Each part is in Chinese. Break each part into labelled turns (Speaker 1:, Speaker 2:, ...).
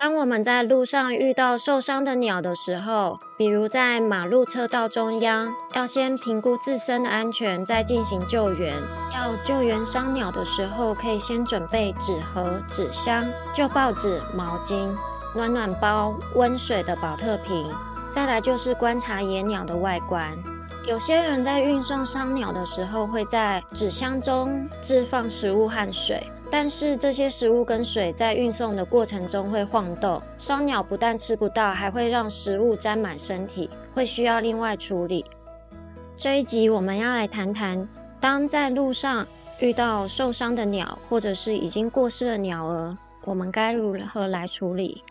Speaker 1: 当我们在路上遇到受伤的鸟的时候，比如在马路车道中央，要先评估自身的安全，再进行救援。要救援伤鸟的时候，可以先准备纸盒、纸箱、旧报纸、毛巾、暖暖包、温水的保特瓶。再来就是观察野鸟的外观。有些人在运送伤鸟的时候，会在纸箱中置放食物和水，但是这些食物跟水在运送的过程中会晃动，伤鸟不但吃不到，还会让食物沾满身体，会需要另外处理。这一集我们要来谈谈，当在路上遇到受伤的鸟，或者是已经过世的鸟儿，我们该如何来处理？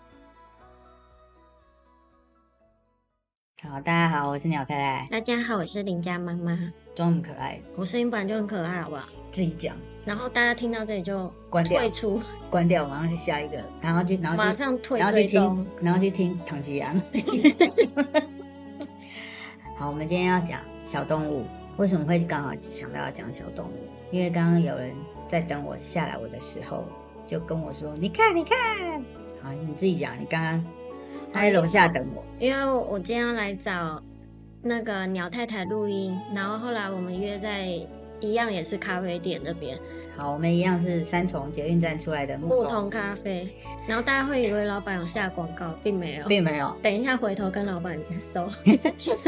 Speaker 2: 好，大家好，我是鸟太太，
Speaker 1: 大家好，我是林家妈妈，
Speaker 2: 装很可爱，
Speaker 1: 我声音本来就很可爱，好不好？
Speaker 2: 自己讲，
Speaker 1: 然后大家听到这里就
Speaker 2: 关掉
Speaker 1: 退出，
Speaker 2: 关掉，马上去下一个，然后 去，然后
Speaker 1: 马
Speaker 2: 去，
Speaker 1: 上退
Speaker 2: 然后去
Speaker 1: 追踪
Speaker 2: 听，然后去听唐奇阳。 好，我们今天要讲小动物，为什么会刚好想到要讲小动物？因为刚刚有人在等我下来我的时候，就跟我说：“你看，你看。”好，你自己讲，你刚刚他在楼下等我，
Speaker 1: 因为我今天要来找那个鸟太太录音，然后后来我们约在一样也是咖啡店这边
Speaker 2: 好，我们一样是三重捷运站出来的木
Speaker 1: 牧
Speaker 2: 头，
Speaker 1: 童咖啡，然后大家会以为老板有下广告，并没有。
Speaker 2: 并没有。
Speaker 1: 等一下回头跟老板收。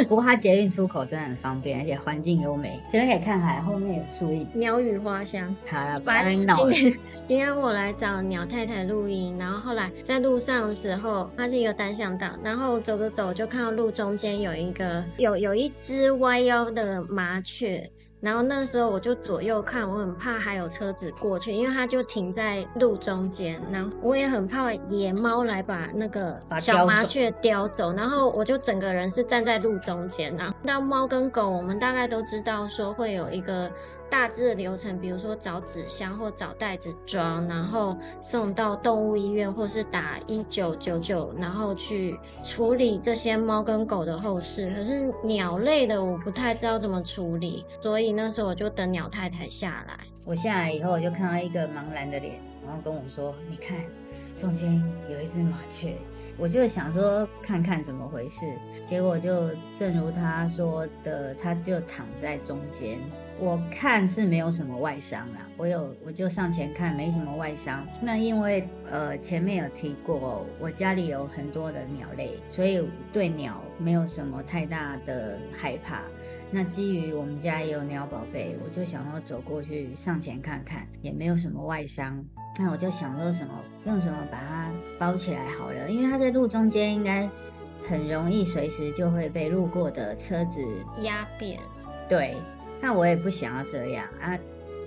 Speaker 2: 不过它捷运出口真的很方便，而且环境优美，前面可以看海，后面有树荫。
Speaker 1: 鸟语花香。
Speaker 2: 好了，不要
Speaker 1: 反
Speaker 2: 再
Speaker 1: 正
Speaker 2: 闹
Speaker 1: 今
Speaker 2: 了。
Speaker 1: 天今天我来找鸟太太录音，然后后来在路上的时候，它是一个单向道，然后走着走就看到路中间有一个有有一只弯腰的麻雀。然后那时候我就左右看，我很怕还有车子过去，因为它就停在路中间。然后我也很怕野猫来把那个
Speaker 2: 把它叼
Speaker 1: 小麻
Speaker 2: 走
Speaker 1: 雀叼走。然后我就整个人是站在路中间啊。到猫跟狗，我们大概都知道说会有一个大致的流程，比如说找纸箱或找袋子装，然后送到动物医院或是打一九九九，然后去处理这些猫跟狗的后事。可是鸟类的我不太知道怎么处理，所以那时候我就等鸟太太下来。
Speaker 2: 我下来以后，我就看到一个茫然的脸，然后跟我说：“你看，中间有一只麻雀。”我就想说看看怎么回事，结果就正如他说的，他就躺在中间。我看是没有什么外伤啦，我有我就上前看，没什么外伤。那因为呃前面有提过，我家里有很多的鸟类，所以对鸟没有什么太大的害怕。那基于我们家也有鸟宝贝，我就想要走过去上前看看，也没有什么外伤。那我就想说什么，用什么把它包起来好了，因为它在路中间应该很容易随时就会被路过的车子
Speaker 1: 压扁，
Speaker 2: 对，那我也不想要这样啊！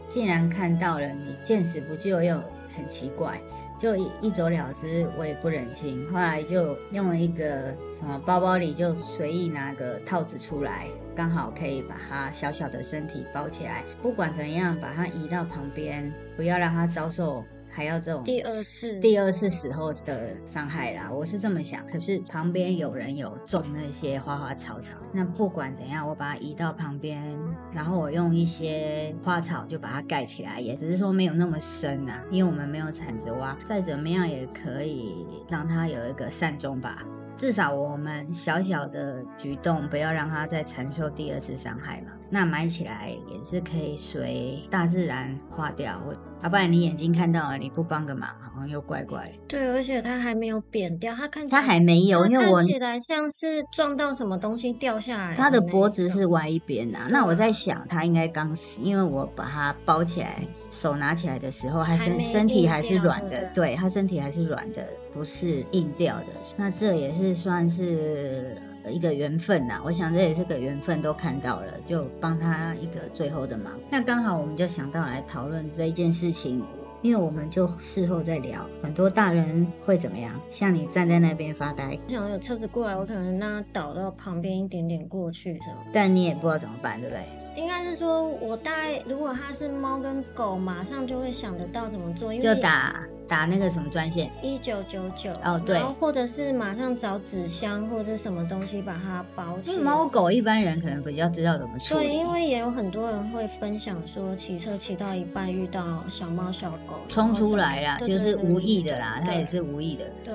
Speaker 2: 既然看到了，你见死不救又很奇怪，就一一走了之，我也不忍心。后来就用了一个什么包包里就随意拿个套子出来，刚好可以把它小小的身体包起来。不管怎样，把它移到旁边，不要让它遭受还要这种
Speaker 1: 第二次
Speaker 2: 第二次死后的伤害啦，我是这么想。可是旁边有人有种那些花花草草，那不管怎样，我把它移到旁边，然后我用一些花草就把它盖起来，也只是说没有那么深啊，因为我们没有铲子挖。再怎么样也可以让它有一个善终吧。至少我们小小的举动，不要让它再承受第二次伤害嘛。那埋起来也是可以随大自然化掉，我要、不然你眼睛看到了，你不帮个忙，好像又怪怪。
Speaker 1: 对，而且它还没有扁掉，它看起来
Speaker 2: 它还没有，
Speaker 1: 它
Speaker 2: 因为我
Speaker 1: 看起来像是撞到什么东西掉下来那一哦种。
Speaker 2: 它的脖子是歪一边呐、那
Speaker 1: 啊
Speaker 2: 我在想，它应该刚死，因为我把它包起来，手拿起来的时候，它
Speaker 1: 还
Speaker 2: 身
Speaker 1: 没
Speaker 2: 身体
Speaker 1: 硬
Speaker 2: 还是
Speaker 1: 掉
Speaker 2: 软
Speaker 1: 对
Speaker 2: 的
Speaker 1: 不，
Speaker 2: 对，它身体还是软的，不是硬掉的。那这也是算是一个缘分呐、我想这也是个缘分，都看到了，就帮他一个最后的忙。那刚好我们就想到来讨论这一件事情。因为我们就事后再聊，很多大人会怎么样？像你站在那边发呆，
Speaker 1: 我想有车子过来，我可能让它倒到旁边一点点过去什么。
Speaker 2: 但你也不知道怎么办，对不对？
Speaker 1: 应该是说，我大概如果它是猫跟狗，马上就会想得到怎么做，因为
Speaker 2: 就打打那个什么专线，
Speaker 1: 一九九九
Speaker 2: 哦对
Speaker 1: 然后或者是马上找纸箱或者什么东西把它包
Speaker 2: 因
Speaker 1: 起
Speaker 2: 为
Speaker 1: 来。
Speaker 2: 猫狗一般人可能比较知道怎么处
Speaker 1: 对，
Speaker 2: 理
Speaker 1: 因。为也有很多人会分享说，骑车骑到一半遇到小猫小狗
Speaker 2: 冲出来啦，
Speaker 1: 然后
Speaker 2: 就
Speaker 1: 怎么
Speaker 2: 是
Speaker 1: 对对对
Speaker 2: 无意的啦，
Speaker 1: 对
Speaker 2: 它也是无意的。
Speaker 1: 对，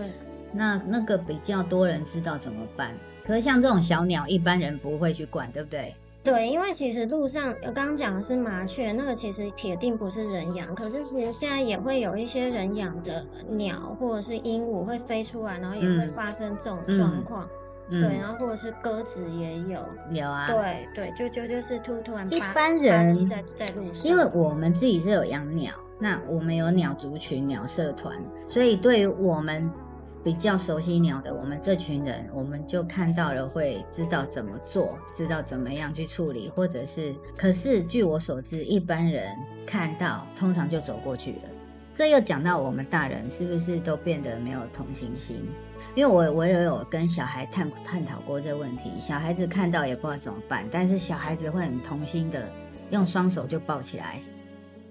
Speaker 2: 那那个比较多人知道怎么办。可是像这种小鸟，一般人不会去管，对不对？
Speaker 1: 对，因为其实路上我刚刚讲的是麻雀，那个其实铁定不是人养，可是其实现在也会有一些人养的鸟或者是鹦鹉会飞出来，然后也会
Speaker 2: 嗯
Speaker 1: 发生这种
Speaker 2: 嗯
Speaker 1: 状况。
Speaker 2: 嗯
Speaker 1: 对，然后或者是鸽子也有。
Speaker 2: 有啊。
Speaker 1: 对对，就就就是突突然
Speaker 2: 一
Speaker 1: 发
Speaker 2: 般
Speaker 1: 发
Speaker 2: 人
Speaker 1: 迹在在路上，
Speaker 2: 因为我们自己是有养鸟，那我们有鸟族群、鸟社团，所以对于我们比较熟悉鸟的我们这群人，我们就看到了会知道怎么做，知道怎么样去处理，或者是，可是据我所知，一般人看到通常就走过去了。这又讲到我们大人是不是都变得没有同情心？因为我我也有跟小孩探探讨过这个问题，小孩子看到也不知道怎么办，但是小孩子会很童心的用双手就抱起来，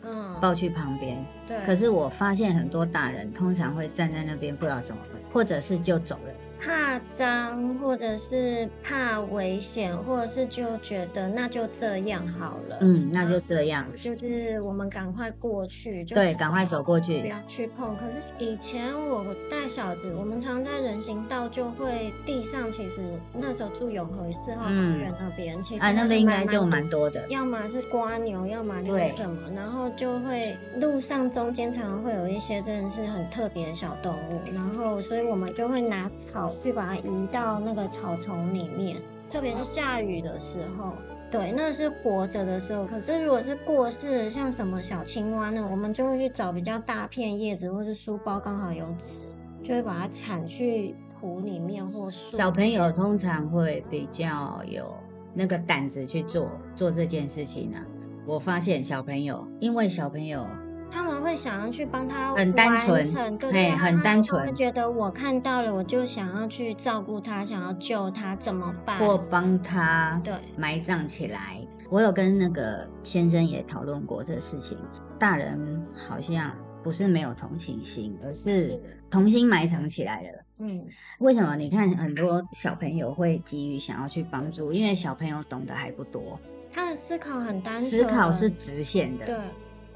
Speaker 1: 嗯，
Speaker 2: 抱去旁边。
Speaker 1: 对，
Speaker 2: 哦可是我发现很多大人通常会站在那边不知道怎么办，或者是就走了。
Speaker 1: 怕脏，或者是怕危险，或者是就觉得那就这样好了，，
Speaker 2: 嗯，那就这样。
Speaker 1: 就是我们赶快过去，就是、
Speaker 2: 对，赶快走过
Speaker 1: 不
Speaker 2: 去。
Speaker 1: 要去碰。可是以前我带小子，我们常在人行道就会地上，其实那时候住永和四号
Speaker 2: 嗯
Speaker 1: 公园那边，其实
Speaker 2: 啊，那边应该就
Speaker 1: 蛮
Speaker 2: 蛮多的。
Speaker 1: 要么是瓜牛，要么就
Speaker 2: 对
Speaker 1: 是什么，然后就会路上中间常常会有一些真的是很特别的小动物，然后所以我们就会拿草去把它移到那个草丛里面，特别是下雨的时候。对，那是活着的时候。可是如果是过世的，像什么小青蛙呢，我们就会去找比较大片叶子，或是书包刚好有籽，就会把它铲去土里面或树。
Speaker 2: 小朋友通常会比较有那个胆子去做做这件事情啊。我发现小朋友，因为小朋友
Speaker 1: 他们会想要去帮他
Speaker 2: 很单
Speaker 1: 完
Speaker 2: 纯
Speaker 1: 成对
Speaker 2: 嘿
Speaker 1: 对，他
Speaker 2: 很
Speaker 1: 们
Speaker 2: 单
Speaker 1: 他们
Speaker 2: 纯
Speaker 1: 觉得我看到了，我就想要去照顾他，想要救他，怎么办？
Speaker 2: 或帮他
Speaker 1: 对
Speaker 2: 埋葬起来。我有跟那个先生也讨论过这事情，大人好像不是没有同情心，而是童心埋藏起来了。
Speaker 1: 嗯，
Speaker 2: 为什么？你看很多小朋友会急于想要去帮助，因为小朋友懂得还不多，
Speaker 1: 他的思考很单纯，
Speaker 2: 思考是直线的。
Speaker 1: 对，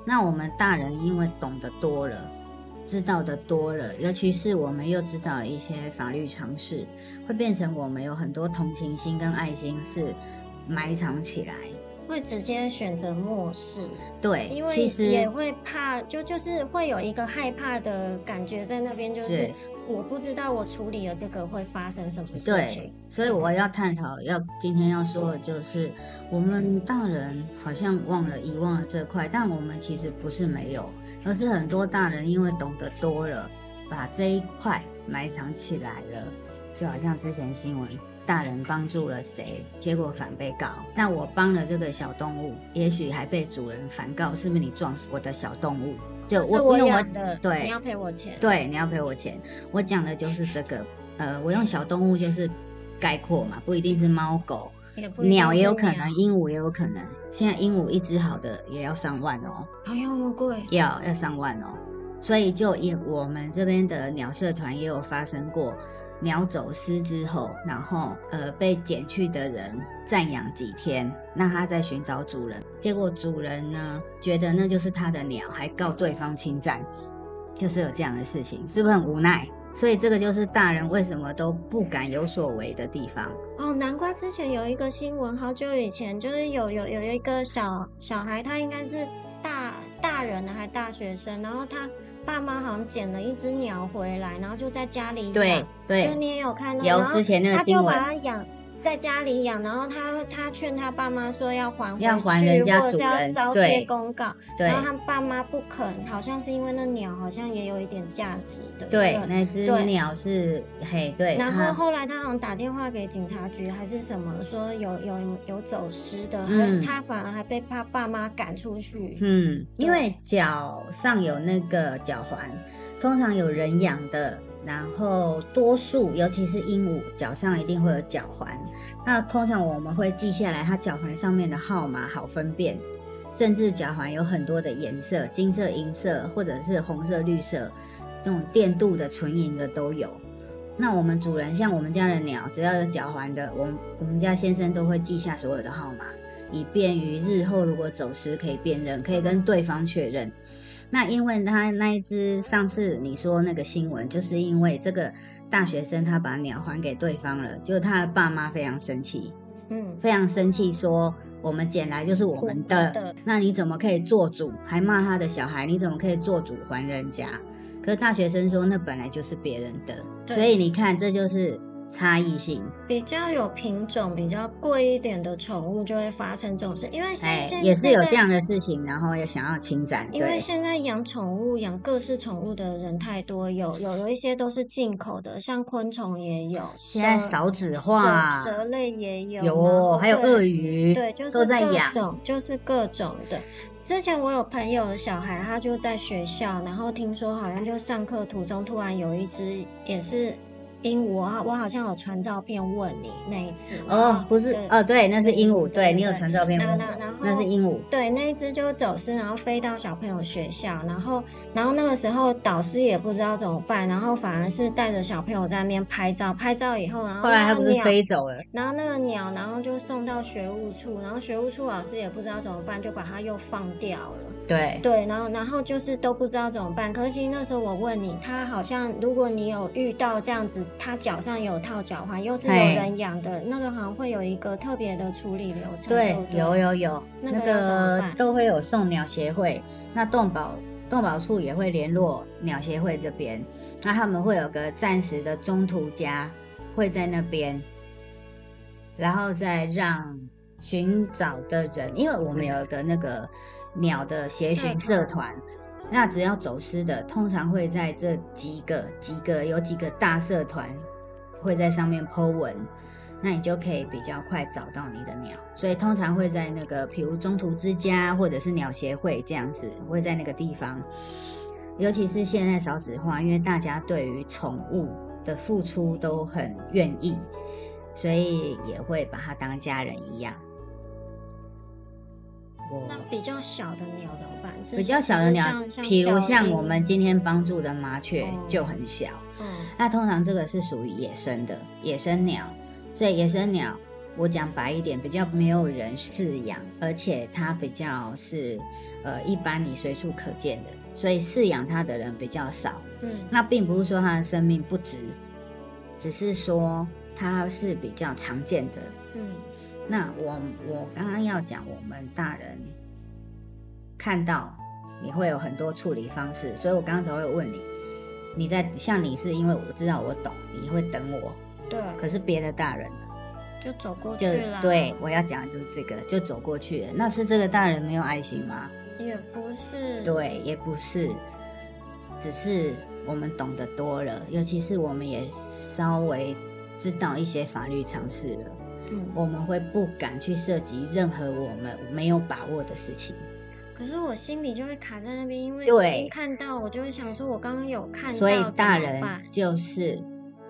Speaker 2: 那我们大人因为懂得多了，知道的多了，尤其是我们又知道了一些法律常识，会变成我们有很多同情心跟爱心是埋藏起来。
Speaker 1: 会直接选择漠视，
Speaker 2: 对
Speaker 1: 因，为
Speaker 2: 哎其
Speaker 1: 也
Speaker 2: 实
Speaker 1: 会怕，就就是会有一个害怕的感觉在那边，就是
Speaker 2: 对
Speaker 1: 我不知道我处理了这个会发生什么事
Speaker 2: 对
Speaker 1: 情，，
Speaker 2: 所以我要探讨，要今天要说的就是，我们大人好像忘了遗忘了这块，但我们其实不是没有，而是很多大人因为懂得多了，把这一块埋藏起来了。就好像之前新闻，大人帮助了谁，结果反被告。那我帮了这个小动物，也许还被主人反告，是不是你撞死我的小动物？就
Speaker 1: 这是我
Speaker 2: 因为
Speaker 1: 养
Speaker 2: 我
Speaker 1: 的，
Speaker 2: 对
Speaker 1: 你要赔我钱，
Speaker 2: 对，你要赔我钱。我讲的就是这个，呃，我用小动物就是概括嘛，不一定是猫狗，
Speaker 1: 也嗯不一定
Speaker 2: 鸟也
Speaker 1: 是
Speaker 2: 有可能，
Speaker 1: 鸟，
Speaker 2: 鹦鹉也有可能。现在鹦鹉一只好的也要上万哦，
Speaker 1: 好像那么贵，
Speaker 2: 要要上万哦。所以就也我们这边的鸟社团也有发生过鸟走失之后，然后呃被捡去的人暂养几天，那他在寻找主人，结果主人呢觉得那就是他的鸟，还告对方侵占，就是有这样的事情，是不是很无奈？所以这个就是大人为什么都不敢有所为的地方。
Speaker 1: 哦，难怪之前有一个新闻，好久以前就是有有有一个小小孩，他应该是大大人的还大学生，然后他爸妈好像捡了一只鸟回来，然后就在家里养，
Speaker 2: 对
Speaker 1: 就
Speaker 2: 对，
Speaker 1: 你也有看到，
Speaker 2: 有
Speaker 1: 然后
Speaker 2: 之前那个
Speaker 1: 他
Speaker 2: 新
Speaker 1: 就
Speaker 2: 闻
Speaker 1: 把，它养在家里养，然后他他劝他爸妈说要还回
Speaker 2: 要还
Speaker 1: 去
Speaker 2: 人家
Speaker 1: 或者是
Speaker 2: 主
Speaker 1: 要
Speaker 2: 人
Speaker 1: 招
Speaker 2: 对
Speaker 1: 贴公告，
Speaker 2: 对
Speaker 1: 然后他爸妈不肯，好像是因为那鸟好像也有一点价值的，
Speaker 2: 对，那只
Speaker 1: 对
Speaker 2: 鸟是嘿，对，
Speaker 1: 然
Speaker 2: 它
Speaker 1: 后后来他好像打电话给警察局还是什么，说有有有走失的，
Speaker 2: 嗯
Speaker 1: 还他反而还被他爸妈赶出去。
Speaker 2: 嗯，
Speaker 1: 对
Speaker 2: 因为脚上有那个脚环，通常有人养的，然后多数尤其是鹦鹉脚上一定会有脚环。那通常我们会记下来它脚环上面的号码，好分辨。甚至脚环有很多的颜色，金色、银色，或者是红色、绿色，这种电镀的、纯银的都有。那我们主人像我们家的鸟，只要有脚环的，我们我们家先生都会记下所有
Speaker 1: 嗯
Speaker 2: 的号码。以便于日后如果走失可以辨认，可以跟对方确认。那因为他那一只上次你说那个新闻，就是因为这个大学生他把鸟还给对方了，就他的爸妈非常生气，
Speaker 1: 嗯，
Speaker 2: 非常生气说。我们捡来就是我们
Speaker 1: 我
Speaker 2: 的，
Speaker 1: 们的
Speaker 2: 那你怎么可以做主？还骂他的小孩，你怎么可以做主还人家？可是大学生说那本来就是别人的，
Speaker 1: 对
Speaker 2: 所以你看这就是差异性。
Speaker 1: 比较有品种、比较贵一点的宠物就会发生这种事，因为现
Speaker 2: 哎
Speaker 1: 现，
Speaker 2: 也是有这样
Speaker 1: 的。
Speaker 2: 的事情，然后也想要侵占，
Speaker 1: 因为
Speaker 2: 对，
Speaker 1: 现在养宠物、养各式宠物的人太多，有有有一些都是进口的，像昆虫也有，
Speaker 2: 现在
Speaker 1: 蛇
Speaker 2: 少子化，
Speaker 1: 蛇蛇类也有，
Speaker 2: 有
Speaker 1: 然后
Speaker 2: 哦，还有
Speaker 1: 对
Speaker 2: 鳄鱼，
Speaker 1: 对，就是
Speaker 2: 都在
Speaker 1: 各
Speaker 2: 养，
Speaker 1: 种，就是各种的。之前我有朋友的小孩，他就在学校，然后听说好像就上课途中突然有一只也是鹦鹉啊，我好像有传照片问你那一次
Speaker 2: 哦，不是，
Speaker 1: 呃，
Speaker 2: 哦，对，那是鹦鹉，
Speaker 1: 对对
Speaker 2: 对你有
Speaker 1: 对
Speaker 2: 传照片
Speaker 1: 那
Speaker 2: 问
Speaker 1: 那然
Speaker 2: 我
Speaker 1: 后，
Speaker 2: 那是鹦鹉，
Speaker 1: 对，那一只就走失，然后飞到小朋友学校，然后然后那个时候导师也不知道怎么办，然后反而是带着小朋友在那边拍照，拍照以后，然后
Speaker 2: 后来它
Speaker 1: 让
Speaker 2: 不是
Speaker 1: 鸟
Speaker 2: 飞走了，
Speaker 1: 然后那个鸟，然后就送到学务处，然后学务处老师也不知道怎么办，就把它又放掉了。
Speaker 2: 对，
Speaker 1: 对，然后然后就是都不知道怎么办。可是其实那时候我问你，它好像如果你有遇到这样子，它脚上有套脚环，又是有
Speaker 2: 嘿
Speaker 1: 人养的，那个好像会有一个特别的处理流程。
Speaker 2: 对
Speaker 1: 不，
Speaker 2: 有有有，
Speaker 1: 那
Speaker 2: 那
Speaker 1: 个要怎么
Speaker 2: 个
Speaker 1: 办
Speaker 2: 都会有送鸟协会，那动保动保处也会联络鸟协会这边，那他们会有个暂时的中途家会在那边，然后再让寻找的人，因为我们有一个那个鸟的协
Speaker 1: 社
Speaker 2: 寻
Speaker 1: 团
Speaker 2: 社团。那只要走失的，通常会在这几个几个有几个大社团会在上面 Po 文，那你就可以比较快找到你的鸟。所以通常会在那个，比如中途之家或者是鸟协会这样子，会在那个地方。尤其是现在少子化，因为大家对于宠物的付出都很愿意，所以也会把它当家人一样。我
Speaker 1: 那比较小的鸟怎么办？是
Speaker 2: 比较小的鸟
Speaker 1: 像，像
Speaker 2: 比如
Speaker 1: 小
Speaker 2: 像
Speaker 1: 鹦
Speaker 2: 我们今天帮助的麻雀
Speaker 1: 哦
Speaker 2: 就很小。
Speaker 1: 嗯
Speaker 2: 那通常这个是属于野生的野生鸟，所以野生鸟我讲白一点，比较没有人饲养，而且它比较是呃一般你随处可见的，所以饲养它的人比较少。
Speaker 1: 嗯
Speaker 2: 那并不是说它的生命不值，只是说它是比较常见的。
Speaker 1: 嗯
Speaker 2: 那我我刚刚要讲，我们大人看到你会有很多处理方式，所以我刚刚才会问你，你在像你是因为我知道我懂，你会等我，
Speaker 1: 对，
Speaker 2: 可是别的大人呢
Speaker 1: 就走过去
Speaker 2: 就
Speaker 1: 了。
Speaker 2: 对我要讲的就是这个，就走过去了，那是这个大人没有爱心吗？
Speaker 1: 也不是
Speaker 2: 对，也不是，只是我们懂得多了，尤其是我们也稍微知道一些法律常识了。
Speaker 1: 嗯。
Speaker 2: 我们会不敢去涉及任何我们没有把握的事情，
Speaker 1: 可是我心里就会卡在那边，因为
Speaker 2: 对
Speaker 1: 已经看到，我就会想说，我刚刚有看到，
Speaker 2: 所以大
Speaker 1: 怎么办
Speaker 2: 人就是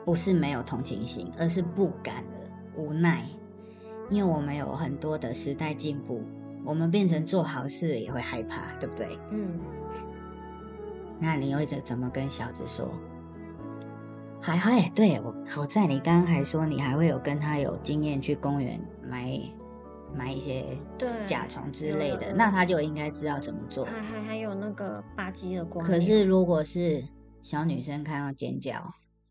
Speaker 2: 不是没有同情心，而是不敢了，无奈。因为我们有很多的时代进步，我们变成做好事也会害怕，对不对？
Speaker 1: 嗯，
Speaker 2: 那你又怎怎么跟小子说？还还对我好在你刚刚还说你还会有跟他有经验去公园买买一些
Speaker 1: 对
Speaker 2: 甲虫之
Speaker 1: 有
Speaker 2: 类
Speaker 1: 有
Speaker 2: 的，
Speaker 1: 有
Speaker 2: 那他就应该知道怎么做。
Speaker 1: 还还还有那个吧唧的光，
Speaker 2: 可是如果是小女生看到尖叫，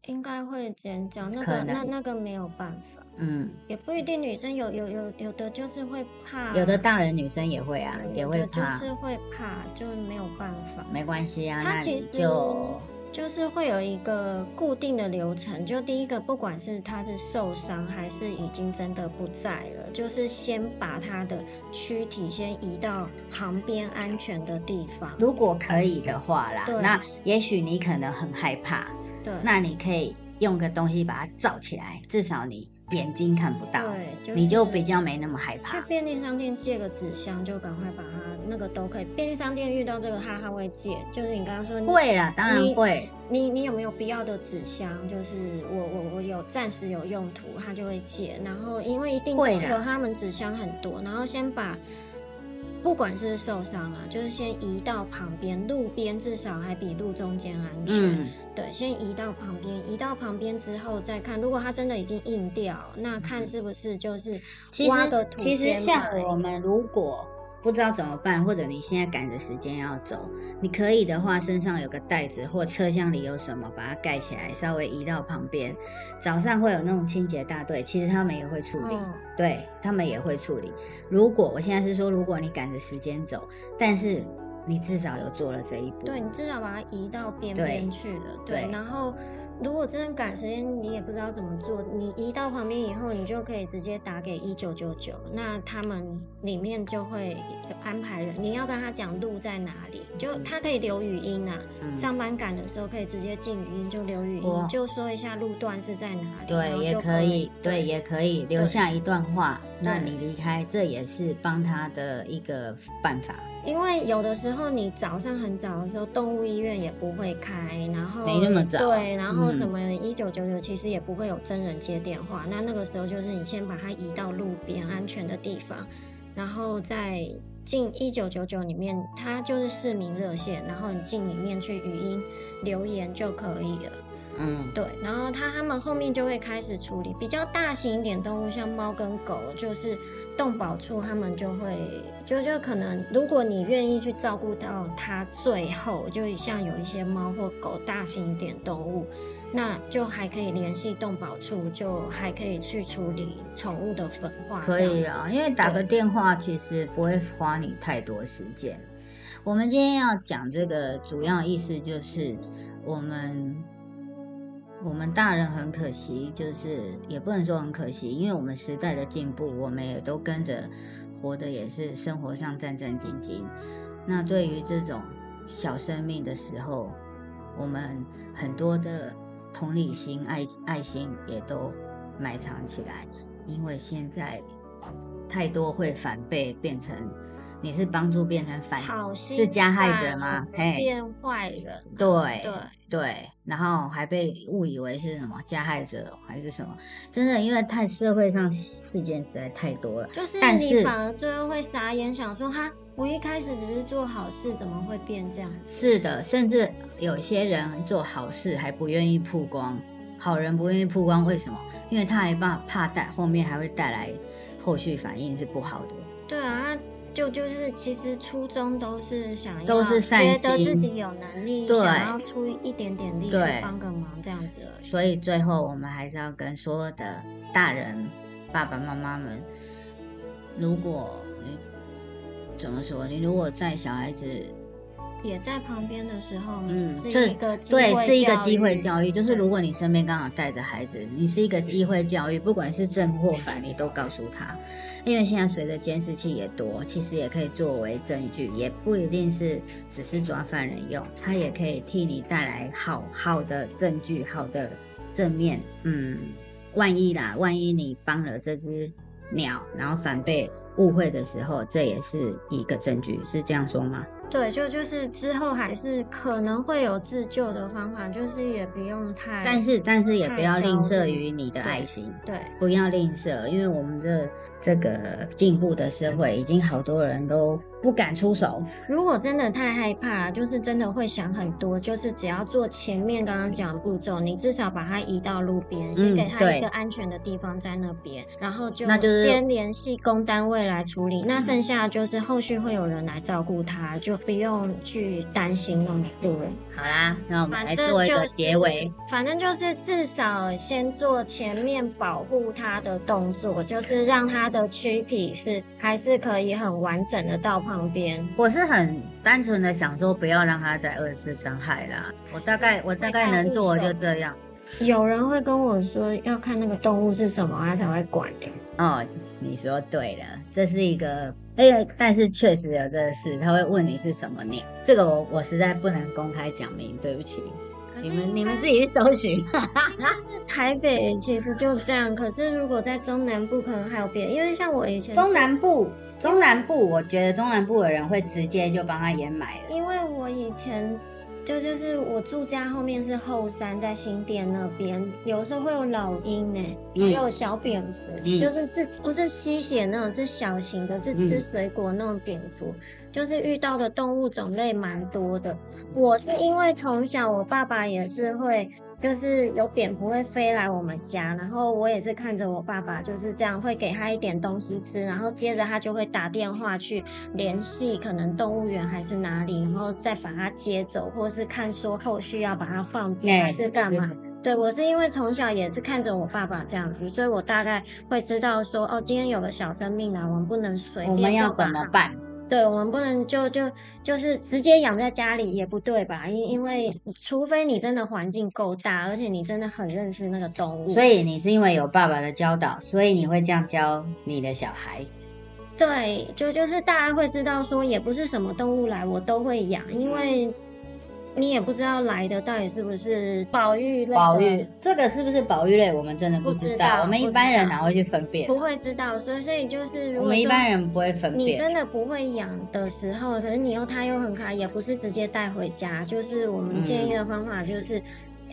Speaker 1: 应该会尖叫，那
Speaker 2: 可
Speaker 1: 个那
Speaker 2: 能
Speaker 1: 那个没有办法，
Speaker 2: 嗯，
Speaker 1: 也不一定女生有有有有的就是会怕，
Speaker 2: 有的大人女生也会啊
Speaker 1: 嗯对，
Speaker 2: 也
Speaker 1: 有
Speaker 2: 会
Speaker 1: 的
Speaker 2: 怕，
Speaker 1: 就是会怕，就是没有办法。
Speaker 2: 没关系啊，
Speaker 1: 它
Speaker 2: 那
Speaker 1: 其
Speaker 2: 你
Speaker 1: 实
Speaker 2: 就
Speaker 1: 就是会有一个固定的流程，就第一个，不管是他是受伤还是已经真的不在了，就是先把他的躯体先移到旁边安全的地方。
Speaker 2: 如果可以的话啦
Speaker 1: 对，
Speaker 2: 那也许你可能很害怕，
Speaker 1: 对，
Speaker 2: 那你可以用个东西把它罩起来，至少你眼睛看不到，
Speaker 1: 对，就是、
Speaker 2: 你就比较没那么害
Speaker 1: 去
Speaker 2: 怕。
Speaker 1: 便利商店借个纸箱，就赶快把它那个都可以。便利商店遇到这个，哈哈会借，就是你刚刚说你
Speaker 2: 会啦，当然
Speaker 1: 你
Speaker 2: 会，
Speaker 1: 你你有没有必要的纸箱？就是我我我有暂时有用途，他就会借。然后因为一定
Speaker 2: 会啦
Speaker 1: 有他们纸箱很多，然后先把不管是不是受伤啊，就是先移到旁边路边，至少还比路中间安全。
Speaker 2: 嗯，
Speaker 1: 对，先移到旁边，移到旁边之后再看，如果它真的已经硬掉，那看是不是就是
Speaker 2: 嗯其
Speaker 1: 挖
Speaker 2: 实
Speaker 1: 个土
Speaker 2: 其实
Speaker 1: 先
Speaker 2: 像
Speaker 1: 埋
Speaker 2: 我们如果不知道怎么办，或者你现在赶着时间要走，你可以的话，身上有个袋子或车厢里有什么，把它盖起来，稍微移到旁边。早上会有那种清洁大队，其实他们也会处理，
Speaker 1: 嗯
Speaker 2: 对他们也会处理。如果我现在是说，如果你赶着时间走，但是你至少有做了这一步，
Speaker 1: 对你至少把它移到边边
Speaker 2: 对
Speaker 1: 去了，对。
Speaker 2: 对
Speaker 1: 然后，如果真的赶时间，你也不知道怎么做，你移到旁边以后，你就可以直接打给一九九九，那他们里面就会安排人。你要跟他讲路在哪里，就他可以留语音啊。
Speaker 2: 嗯
Speaker 1: 上班赶的时候可以直接进语音，就留语
Speaker 2: 哇
Speaker 1: 音，就说一下路段是在哪里，然
Speaker 2: 对，
Speaker 1: 后
Speaker 2: 也
Speaker 1: 就
Speaker 2: 可以，对，也可以留
Speaker 1: 对
Speaker 2: 下一段话。那
Speaker 1: 对
Speaker 2: 你离开，这也是帮他的一个办法。
Speaker 1: 因为有的时候你早上很早的时候，动物医院也不会开，然后
Speaker 2: 没那么早
Speaker 1: 对，然后
Speaker 2: 嗯
Speaker 1: 什么一九九九其实也不会有真人接电话。那那个时候就是你先把它移到路边安全的地方，然后再进一九九九里面，它就是市民热线，然后你进里面去语音留言就可以了。
Speaker 2: 嗯，
Speaker 1: 对，然后他他们后面就会开始处理比较大型一点动物，像猫跟狗，就是动保处他们就会就就可能，如果你愿意去照顾到它，最后就像有一些猫或狗大型一点动物，那就还可以联系动保处，就还可以去处理宠物的焚化。
Speaker 2: 可以啊，，因为打个
Speaker 1: 对
Speaker 2: 电话其实不会花你太多时间。我们今天要讲这个主要意思就是，我们我们大人很可惜，就是也不能说很可惜，因为我们时代的进步，我们也都跟着活的也是生活上战战兢兢。那对于这种小生命的时候，我们很多的同理心、爱爱心也都埋藏起来，因为现在太多会反被变成你是帮助变成反
Speaker 1: 好心
Speaker 2: 是加害者吗
Speaker 1: 善？
Speaker 2: 嘿，
Speaker 1: 变坏人，
Speaker 2: 对
Speaker 1: 对。
Speaker 2: 对，然后还被误以为是什么加害者还是什么？真的，因为太社会上事件实在太多了。
Speaker 1: 就是
Speaker 2: 但
Speaker 1: 你
Speaker 2: 是
Speaker 1: 反而最后会傻眼，想说哈，我一开始只是做好事，怎么会变这样子？
Speaker 2: 是的，甚至有些人做好事还不愿意曝光，好人不愿意曝光，为什么？因为他还怕怕带后面还会带来后续反应是不好的。
Speaker 1: 对啊，他就就是其实初衷都是想要
Speaker 2: 都是善
Speaker 1: 觉得
Speaker 2: 心
Speaker 1: 自己有能力，
Speaker 2: 对
Speaker 1: 想要出一点点力去
Speaker 2: 对
Speaker 1: 帮个忙这样子而已。
Speaker 2: 所以最后我们还是要跟所有的大人、爸爸妈妈们，如果你怎么说，你如果在小孩子
Speaker 1: 也在旁边的时候，
Speaker 2: 嗯
Speaker 1: 是
Speaker 2: 这
Speaker 1: 一个机
Speaker 2: 对
Speaker 1: 会
Speaker 2: 是一个
Speaker 1: 教
Speaker 2: 机会
Speaker 1: 育
Speaker 2: 教育，就是
Speaker 1: 对
Speaker 2: 如果你身边刚好带着孩子，你是一个机会教育，不管是正或反，你都告诉他。因为现在随着监视器也多，其实也可以作为证据，也不一定是只是抓犯人用，它也可以替你带来好好的证据，好的正面。嗯，万一啦，万一你帮了这只鸟，然后反被误会的时候，这也是一个证据，是这样说吗？
Speaker 1: 对，就就是之后还是可能会有自救的方法，就是也不用太
Speaker 2: 但是但是也
Speaker 1: 太
Speaker 2: 不要吝
Speaker 1: 焦
Speaker 2: 啬
Speaker 1: 虑
Speaker 2: 于你的
Speaker 1: 对
Speaker 2: 爱心。
Speaker 1: 对
Speaker 2: 不要吝啬，因为我们这这个进步的社会，已经好多人都不敢出手。
Speaker 1: 如果真的太害怕了，就是真的会想很多。就是只要做前面刚刚讲的步骤，你至少把它移到路边，先
Speaker 2: 嗯
Speaker 1: 给它
Speaker 2: 对
Speaker 1: 一个安全的地方在那边，然后就
Speaker 2: 那就是嗯
Speaker 1: 先联系公单位来处理。那剩下就是后续会有人来照顾它，就不用去担心那么多。
Speaker 2: 好啦，那我们来
Speaker 1: 反正
Speaker 2: 做一
Speaker 1: 就
Speaker 2: 个
Speaker 1: 是
Speaker 2: 结尾。，
Speaker 1: 反正就是至少先做前面保护它的动作，就是让它的躯体是还是可以很完整的到旁边。
Speaker 2: 我是很单纯的想说，不要让他再二次伤害啦。我大概我大概能做的就这样。
Speaker 1: 有人会跟我说要看那个动物是什么，他才会管的。
Speaker 2: 哦，你说对了，这是一个，哎呀，但是确实有这个事，他会问你是什么鸟，这个我我实在不能公开讲明，对不起，你们你们自己去搜寻。
Speaker 1: 台北其实就这样，可是如果在中南部可能还有别，因为像我以前
Speaker 2: 中，南部，中南部，我觉得中南部的人会直接就帮他掩埋了。
Speaker 1: 因为我以前就就是我住家后面是后山，在新店那边，有时候会有老鹰呢、
Speaker 2: 嗯
Speaker 1: 还有小蝙蝠，
Speaker 2: 嗯
Speaker 1: 就是是不是吸血那种，是小型的，是吃
Speaker 2: 嗯
Speaker 1: 水果那种蝙蝠，就是遇到的动物种类蛮多的。我是因为从小我爸爸也是会就是有蝙蝠会飞来我们家，然后我也是看着我爸爸就是这样，会给他一点东西吃，然后接着他就会打电话去联系可能动物园还是哪里，然后再把它接走，或是看说后续要把它放走还是干
Speaker 2: 哎
Speaker 1: 嘛。对我是因为从小也是看着我爸爸这样子，所以我大概会知道说，哦，今天有个小生命啊，我们不能随
Speaker 2: 我
Speaker 1: 便
Speaker 2: 们要
Speaker 1: 就把
Speaker 2: 怎么
Speaker 1: 它
Speaker 2: 办？
Speaker 1: 对，我们不能就就就是直接养在家里也不对吧？因因为
Speaker 2: 嗯
Speaker 1: 除非你真的环境够大，而且你真的很认识那个动物，
Speaker 2: 所以你是因为有爸爸的教导，所以你会这样教你的小孩。
Speaker 1: 对，就就是大家会知道说，也不是什么动物来我都会养，因
Speaker 2: 嗯
Speaker 1: 为你也不知道来的到底是不是保育类
Speaker 2: 保
Speaker 1: 的
Speaker 2: 育这个是不是保育类？我们真的不
Speaker 1: 不
Speaker 2: 知
Speaker 1: 知
Speaker 2: 道，
Speaker 1: 道
Speaker 2: 我们一
Speaker 1: 不知
Speaker 2: 般人
Speaker 1: 道
Speaker 2: 哪会去分辨？
Speaker 1: 不会知道，所以所以就是如
Speaker 2: 我
Speaker 1: 果
Speaker 2: 们一
Speaker 1: 说
Speaker 2: 般人不会分
Speaker 1: 你
Speaker 2: 辨。
Speaker 1: 真的不会养的时候，可是你又它又很可爱，也不是直接带回家，就是我们建
Speaker 2: 嗯
Speaker 1: 议的方法就是。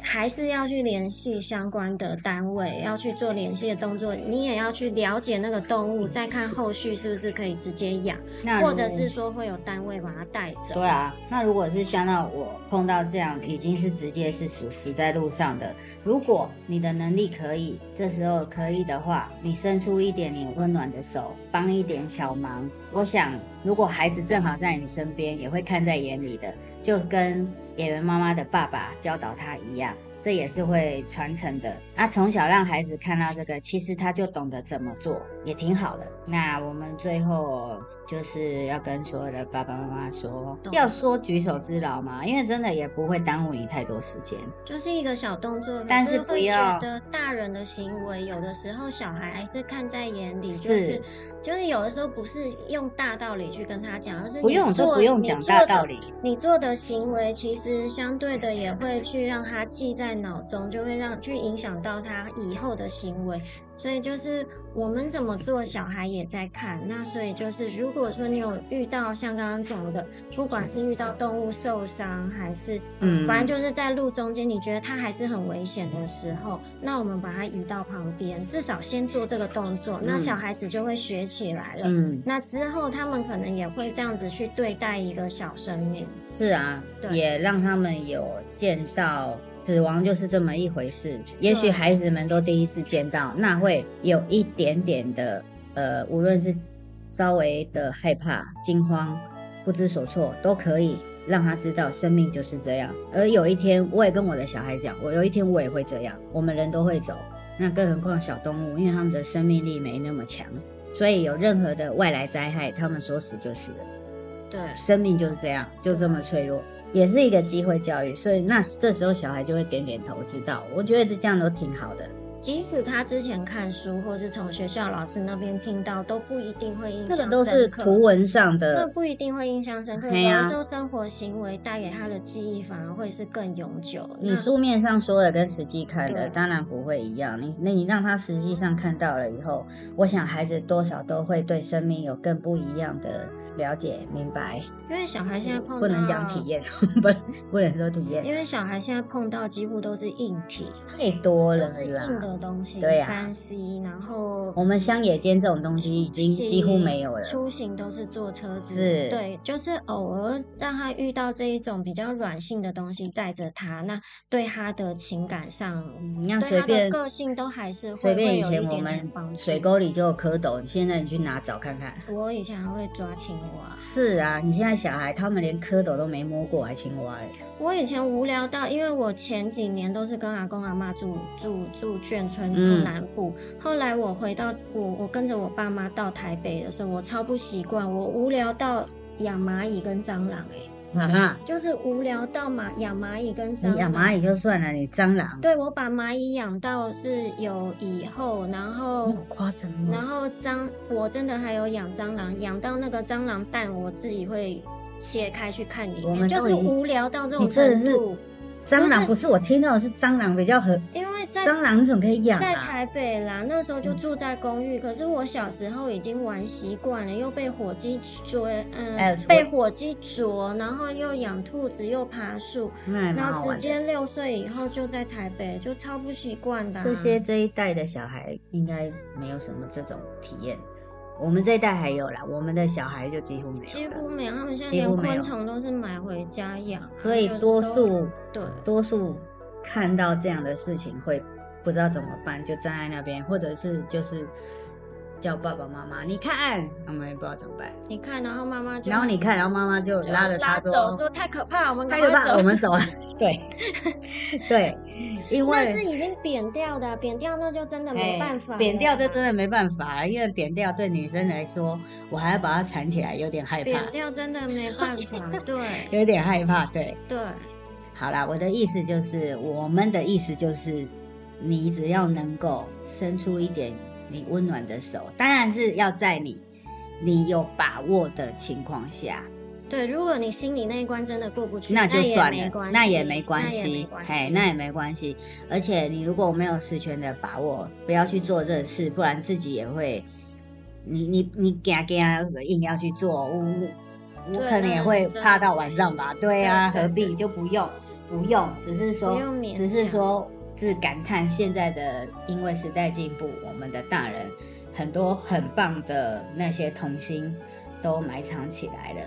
Speaker 1: 还是要去联系相关的单位，要去做联系的动作。你也要去了解那个动物，再看后续是不是可以直接养，
Speaker 2: 那
Speaker 1: 或
Speaker 2: 如
Speaker 1: 者是说会有单位把它带走。
Speaker 2: 嗯对啊，那如果是像到我碰到这样，已经是直接是属实在路上的，如果你的能力可以，这时候可以的话，你伸出一点你温暖的手，帮一点小忙，我想如果孩子正好在你身边，也会看在眼里的，就跟演员妈妈的爸爸教导他一样。这也是会传承的。那从小让孩子看到这个，其实他就懂得怎么做，也挺好的。那我们最后就是要跟所有的爸爸妈妈说，
Speaker 1: 懂
Speaker 2: 要说举手之劳嘛，因为真的也不会耽误你太多时间。
Speaker 1: 就是一个小动作，可
Speaker 2: 但是
Speaker 1: 是
Speaker 2: 不
Speaker 1: 会
Speaker 2: 要
Speaker 1: 觉得大人的行为，有的时候小孩还是看在眼里，就是是就是有的时候不是用大道理去跟他讲，而是
Speaker 2: 不
Speaker 1: 你
Speaker 2: 用说
Speaker 1: 做
Speaker 2: 不用
Speaker 1: 你
Speaker 2: 讲
Speaker 1: 做
Speaker 2: 大
Speaker 1: 的
Speaker 2: 道理，
Speaker 1: 你做的行为其实相对的也会去让他记在脑中，就会让去影响到他以后的行为。所以就是我们怎么做，小孩也在看。那所以就是，如果说你有遇到像刚刚讲的，不管是遇到动物受伤，还是
Speaker 2: 嗯
Speaker 1: 反正就是在路中间，你觉得它还是很危险的时候，那我们把它移到旁边，至少先做这个动作，那
Speaker 2: 嗯
Speaker 1: 小孩子就会学起来了。
Speaker 2: 嗯，
Speaker 1: 那之后，他们可能也会这样子去对待一个小生命。
Speaker 2: 是啊，
Speaker 1: 对
Speaker 2: 也让他们有见到死亡就是这么一回事。也许
Speaker 1: 对
Speaker 2: 孩子们都第一次见到，那会有一点点的呃，无论是稍微的害怕、惊慌、不知所措，都可以让他知道生命就是这样。而有一天，我也跟我的小孩讲，我有一天我也会这样，我们人都会走。那更何况小动物，因为他们的生命力没那么强，所以有任何的外来灾害，他们说死就死了。
Speaker 1: 对，
Speaker 2: 生命就是这样，就这么脆弱，也是一个机会教育。所以那这时候小孩就会点点头，知道。我觉得这样都挺好的。
Speaker 1: 即使他之前看书或是从学校老师那边听到，都不一定会印
Speaker 2: 那
Speaker 1: 象深刻。
Speaker 2: 个都是图文上
Speaker 1: 那
Speaker 2: 的，
Speaker 1: 不一定会印象深刻，
Speaker 2: 嘿
Speaker 1: 有
Speaker 2: 啊
Speaker 1: 的时候生活行为带给他的记忆反而会是更永久。
Speaker 2: 你
Speaker 1: 那
Speaker 2: 书面上说的跟实际看
Speaker 1: 对
Speaker 2: 的当然不会一样。你那你让他实际上看到了以后，我想孩子多少都会对生命有更不一样的了解、明白。
Speaker 1: 因为小孩现在碰到
Speaker 2: 不能讲体，验， 不不能说体验
Speaker 1: 因为小孩现在碰到几乎都是硬体，
Speaker 2: 太多了
Speaker 1: 都是硬
Speaker 2: 啦。
Speaker 1: 的东西，
Speaker 2: 对啊
Speaker 1: 三 C，然后
Speaker 2: 我们乡野间这种东西已经几乎没有了。
Speaker 1: 出行都是坐车子，
Speaker 2: 是
Speaker 1: 对，就是偶尔让他遇到这一种比较软性的东西带着他，那对他的情感上，
Speaker 2: 你要
Speaker 1: 对
Speaker 2: 随
Speaker 1: 他的
Speaker 2: 便
Speaker 1: 个性都还是会
Speaker 2: 随便。以
Speaker 1: 会有
Speaker 2: 前
Speaker 1: 一
Speaker 2: 我
Speaker 1: 点点
Speaker 2: 们
Speaker 1: 帮助
Speaker 2: 水沟里就有蝌蚪，你现在你去拿找看看。
Speaker 1: 我以前还会抓青蛙，
Speaker 2: 是啊，你现在小孩他们连蝌蚪都没摸过，还青蛙欸嘞。
Speaker 1: 我以前无聊到，因为我前几年都是跟阿公阿妈住住住眷村住
Speaker 2: 嗯
Speaker 1: 南部，后来我回到我我跟着我爸妈到台北的时候，我超不习惯，我无聊到养蚂蚁跟蟑螂、欸，
Speaker 2: 啊，
Speaker 1: 就是无聊到蚂养蚂蚁跟蟑
Speaker 2: 你
Speaker 1: 螂。
Speaker 2: 嗯养蚂蚁就算了，你蟑螂，
Speaker 1: 对我把蚂蚁养到是有以后，然后
Speaker 2: 那么夸张吗
Speaker 1: 然后蟑，我真的还有养蟑螂，养到那个蟑螂蛋，我自己会切开去看里
Speaker 2: 我们
Speaker 1: 面，就
Speaker 2: 都
Speaker 1: 是
Speaker 2: 已经
Speaker 1: 无聊到这
Speaker 2: 你
Speaker 1: 种
Speaker 2: 真的
Speaker 1: 程
Speaker 2: 是
Speaker 1: 度。
Speaker 2: 蟑螂
Speaker 1: 不
Speaker 2: 不是我听到的是蟑螂比较合，
Speaker 1: 因为在
Speaker 2: 蟑螂你怎么可以养
Speaker 1: 在
Speaker 2: 啊？嗯
Speaker 1: 台北啦，那时候就住在公寓，可是我小时候已经玩习惯了，又被火鸡追，嗯，
Speaker 2: 哎
Speaker 1: 被火鸡啄，然后又养兔子，又爬树，
Speaker 2: 那还蛮
Speaker 1: 然
Speaker 2: 好
Speaker 1: 后直
Speaker 2: 玩的。
Speaker 1: 接六岁以后就在台北，就超不习惯的啊、
Speaker 2: 这些这一代的小孩应该没有什么这种体验，我们这一代还有啦，我们的小孩就几乎没
Speaker 1: 几
Speaker 2: 有
Speaker 1: 乎
Speaker 2: 了。
Speaker 1: 没有，他们现在
Speaker 2: 几乎
Speaker 1: 连
Speaker 2: 没有
Speaker 1: 昆虫都是买回家养，
Speaker 2: 所以
Speaker 1: 就是
Speaker 2: 多
Speaker 1: 都
Speaker 2: 数
Speaker 1: 对
Speaker 2: 多数看到这样的事情会不知道怎么办，就站在那边，或者是就是叫爸爸妈妈，你看，我们也不知道怎么办。
Speaker 1: 你看，然后妈妈就
Speaker 2: 然后你看，然后妈妈就
Speaker 1: 就
Speaker 2: 拉着他
Speaker 1: 走说太可怕，我们
Speaker 2: 太
Speaker 1: 赶
Speaker 2: 可
Speaker 1: 快
Speaker 2: 怕，我
Speaker 1: 走。
Speaker 2: 们走 了。对，对，因
Speaker 1: 那是
Speaker 2: 为
Speaker 1: 已经扁掉的，扁掉那就真的没
Speaker 2: 哎
Speaker 1: 办法了啦、
Speaker 2: 扁掉这真的没办法了，因为扁掉对女生来说，我还要把它缠起来，有点害怕
Speaker 1: 扁，掉真的没办法，对
Speaker 2: 有点害怕。对，
Speaker 1: 对，
Speaker 2: 好啦，我的意思就是，我们的意思就是，你只要能够伸出一点你温暖的手，当然是要在你你有把握的情况下，
Speaker 1: 对，如果你心里那一关真的过不去，
Speaker 2: 那就算
Speaker 1: 也没
Speaker 2: 了，
Speaker 1: 关
Speaker 2: 那
Speaker 1: 系
Speaker 2: 也没关
Speaker 1: 那也没
Speaker 2: 系，
Speaker 1: 关
Speaker 2: 嘿
Speaker 1: 系，
Speaker 2: 那也没关系。而且你如果没有十全的把握，不要去做这事，不然自己也会，你你你嘎嘎硬要去做，我我
Speaker 1: 对
Speaker 2: 可能也
Speaker 1: 那
Speaker 2: 会
Speaker 1: 真
Speaker 2: 怕
Speaker 1: 的
Speaker 2: 到
Speaker 1: 不
Speaker 2: 晚
Speaker 1: 行
Speaker 2: 上吧。对啊，
Speaker 1: 对
Speaker 2: 何
Speaker 1: 对
Speaker 2: 必就不用不用，只是说
Speaker 1: 用勉
Speaker 2: 只是
Speaker 1: 强
Speaker 2: 说自感叹现在的，因为时代进步，我们的大人很多很棒的那些童心都埋藏起来了。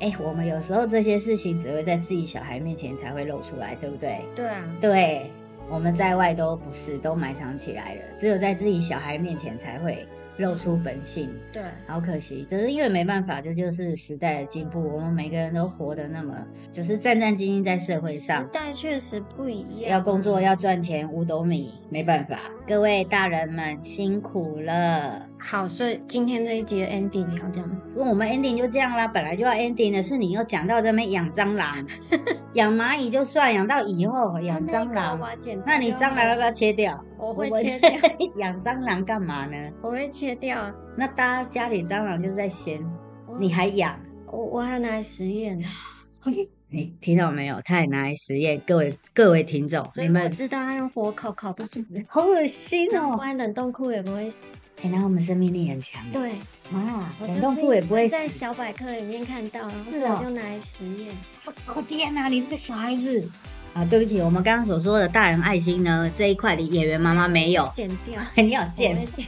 Speaker 2: 哎，我们有时候这些事情只会在自己小孩面前才会露出来，对不对？
Speaker 1: 对啊，
Speaker 2: 对，我们在外都不是，都埋藏起来了，只有在自己小孩面前才会露出本性。
Speaker 1: 对
Speaker 2: 好可惜，只是因为没办法，这就是时代的进步，我们每个人都活得那么就是战战兢兢在社会上
Speaker 1: 时。代确实不一样，啊
Speaker 2: 要工作，要赚钱，五斗米，没办法。各位大人们辛苦了。
Speaker 1: 好，所以今天这一集的 ending 你要这样，
Speaker 2: 问我们 ending 就这样啦，本来就要 ending 了，是你又讲到这边养蟑螂、 养蚂蚁就算，养到以后养蟑
Speaker 1: 那
Speaker 2: 螂
Speaker 1: 个，我剪掉
Speaker 2: 那你
Speaker 1: 就
Speaker 2: 蟑
Speaker 1: 好
Speaker 2: 螂要不要切掉？
Speaker 1: 我会
Speaker 2: 我
Speaker 1: 切掉，
Speaker 2: 养蟑螂干嘛呢？
Speaker 1: 我会切掉。啊
Speaker 2: 那大家家里蟑螂就在闲，
Speaker 1: 我
Speaker 2: 你还养？
Speaker 1: 我我还要拿来实验，
Speaker 2: 你哎听到没有？他也拿来实验，各位各位听众，
Speaker 1: 所以
Speaker 2: 你
Speaker 1: 我
Speaker 2: 们
Speaker 1: 知道它用火烤烤不死，
Speaker 2: 好恶心
Speaker 1: 放
Speaker 2: 哦！
Speaker 1: 在冷冻库也不会死。
Speaker 2: 哎、那我们生命力很强哎，
Speaker 1: 对，
Speaker 2: 妈，
Speaker 1: 我
Speaker 2: 冷
Speaker 1: 就
Speaker 2: 冻
Speaker 1: 是
Speaker 2: 库也不会
Speaker 1: 在
Speaker 2: 死。
Speaker 1: 小百科里面看到，然后
Speaker 2: 是
Speaker 1: 所以我
Speaker 2: 哦
Speaker 1: 就拿来实验。
Speaker 2: 我、哦天哪、你这个小孩子啊！对不起，我们刚刚所说的大人爱心呢，这一块的演员妈妈没有，
Speaker 1: 剪掉，
Speaker 2: 你好
Speaker 1: 我
Speaker 2: 贱
Speaker 1: 会，剪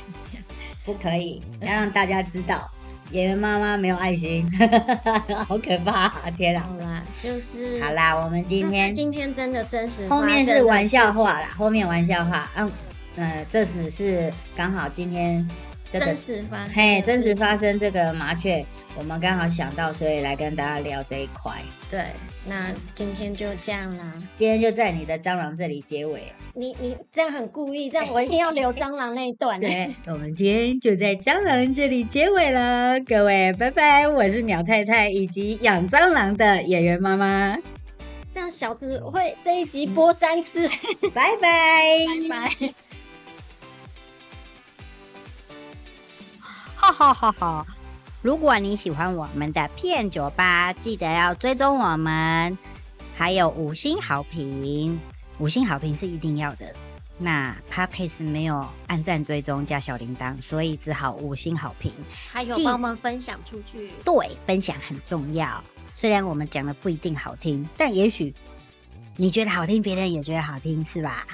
Speaker 2: 不可以，要让大家知道。演员妈妈没有爱心， 好可怕、啊！天啊！
Speaker 1: 好啦，就是
Speaker 2: 好，啦，我们今
Speaker 1: 这是
Speaker 2: 天
Speaker 1: 今天真的真实发生的事情，
Speaker 2: 后面是玩笑话啦，后面玩笑话，嗯、呃，这只是刚好今天这个
Speaker 1: 真实发生，
Speaker 2: 嘿，真实发生这个麻雀，我们刚好想到，所以来跟大家聊这一块。
Speaker 1: 对。那今天就这样啦，
Speaker 2: 今天就在你的蟑螂这里结尾，
Speaker 1: 你你这样很故意，这样我一定要留蟑螂那一段。
Speaker 2: 对，我们今天就在蟑螂这里结尾了，各位拜拜！我是鸟太太以及养蟑螂的演员妈妈，
Speaker 1: 这样小子会这一集播三次，
Speaker 2: 拜拜。
Speaker 1: 拜拜。
Speaker 2: 哈哈哈哈！如果你喜欢我们的片酒吧，记得要追踪我们，还有五星好评，五星好评是一定要的。那 p a p a s 没有按赞追踪加小铃铛，所以只好五星好评。
Speaker 1: 还有
Speaker 2: 记
Speaker 1: 帮我们分享出去。
Speaker 2: 对，分享很重要。虽然我们讲的不一定好听，但也许你觉得好听，别人也觉得好听，是吧？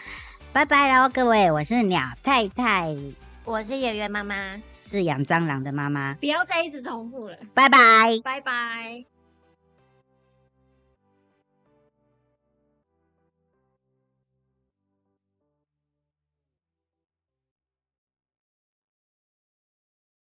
Speaker 2: 拜拜喽，各位！我是鸟太太，
Speaker 1: 我是演员妈妈，
Speaker 2: 是养蟑螂的妈妈。
Speaker 1: 不要再一直重复了，
Speaker 2: 拜拜。
Speaker 1: 拜拜。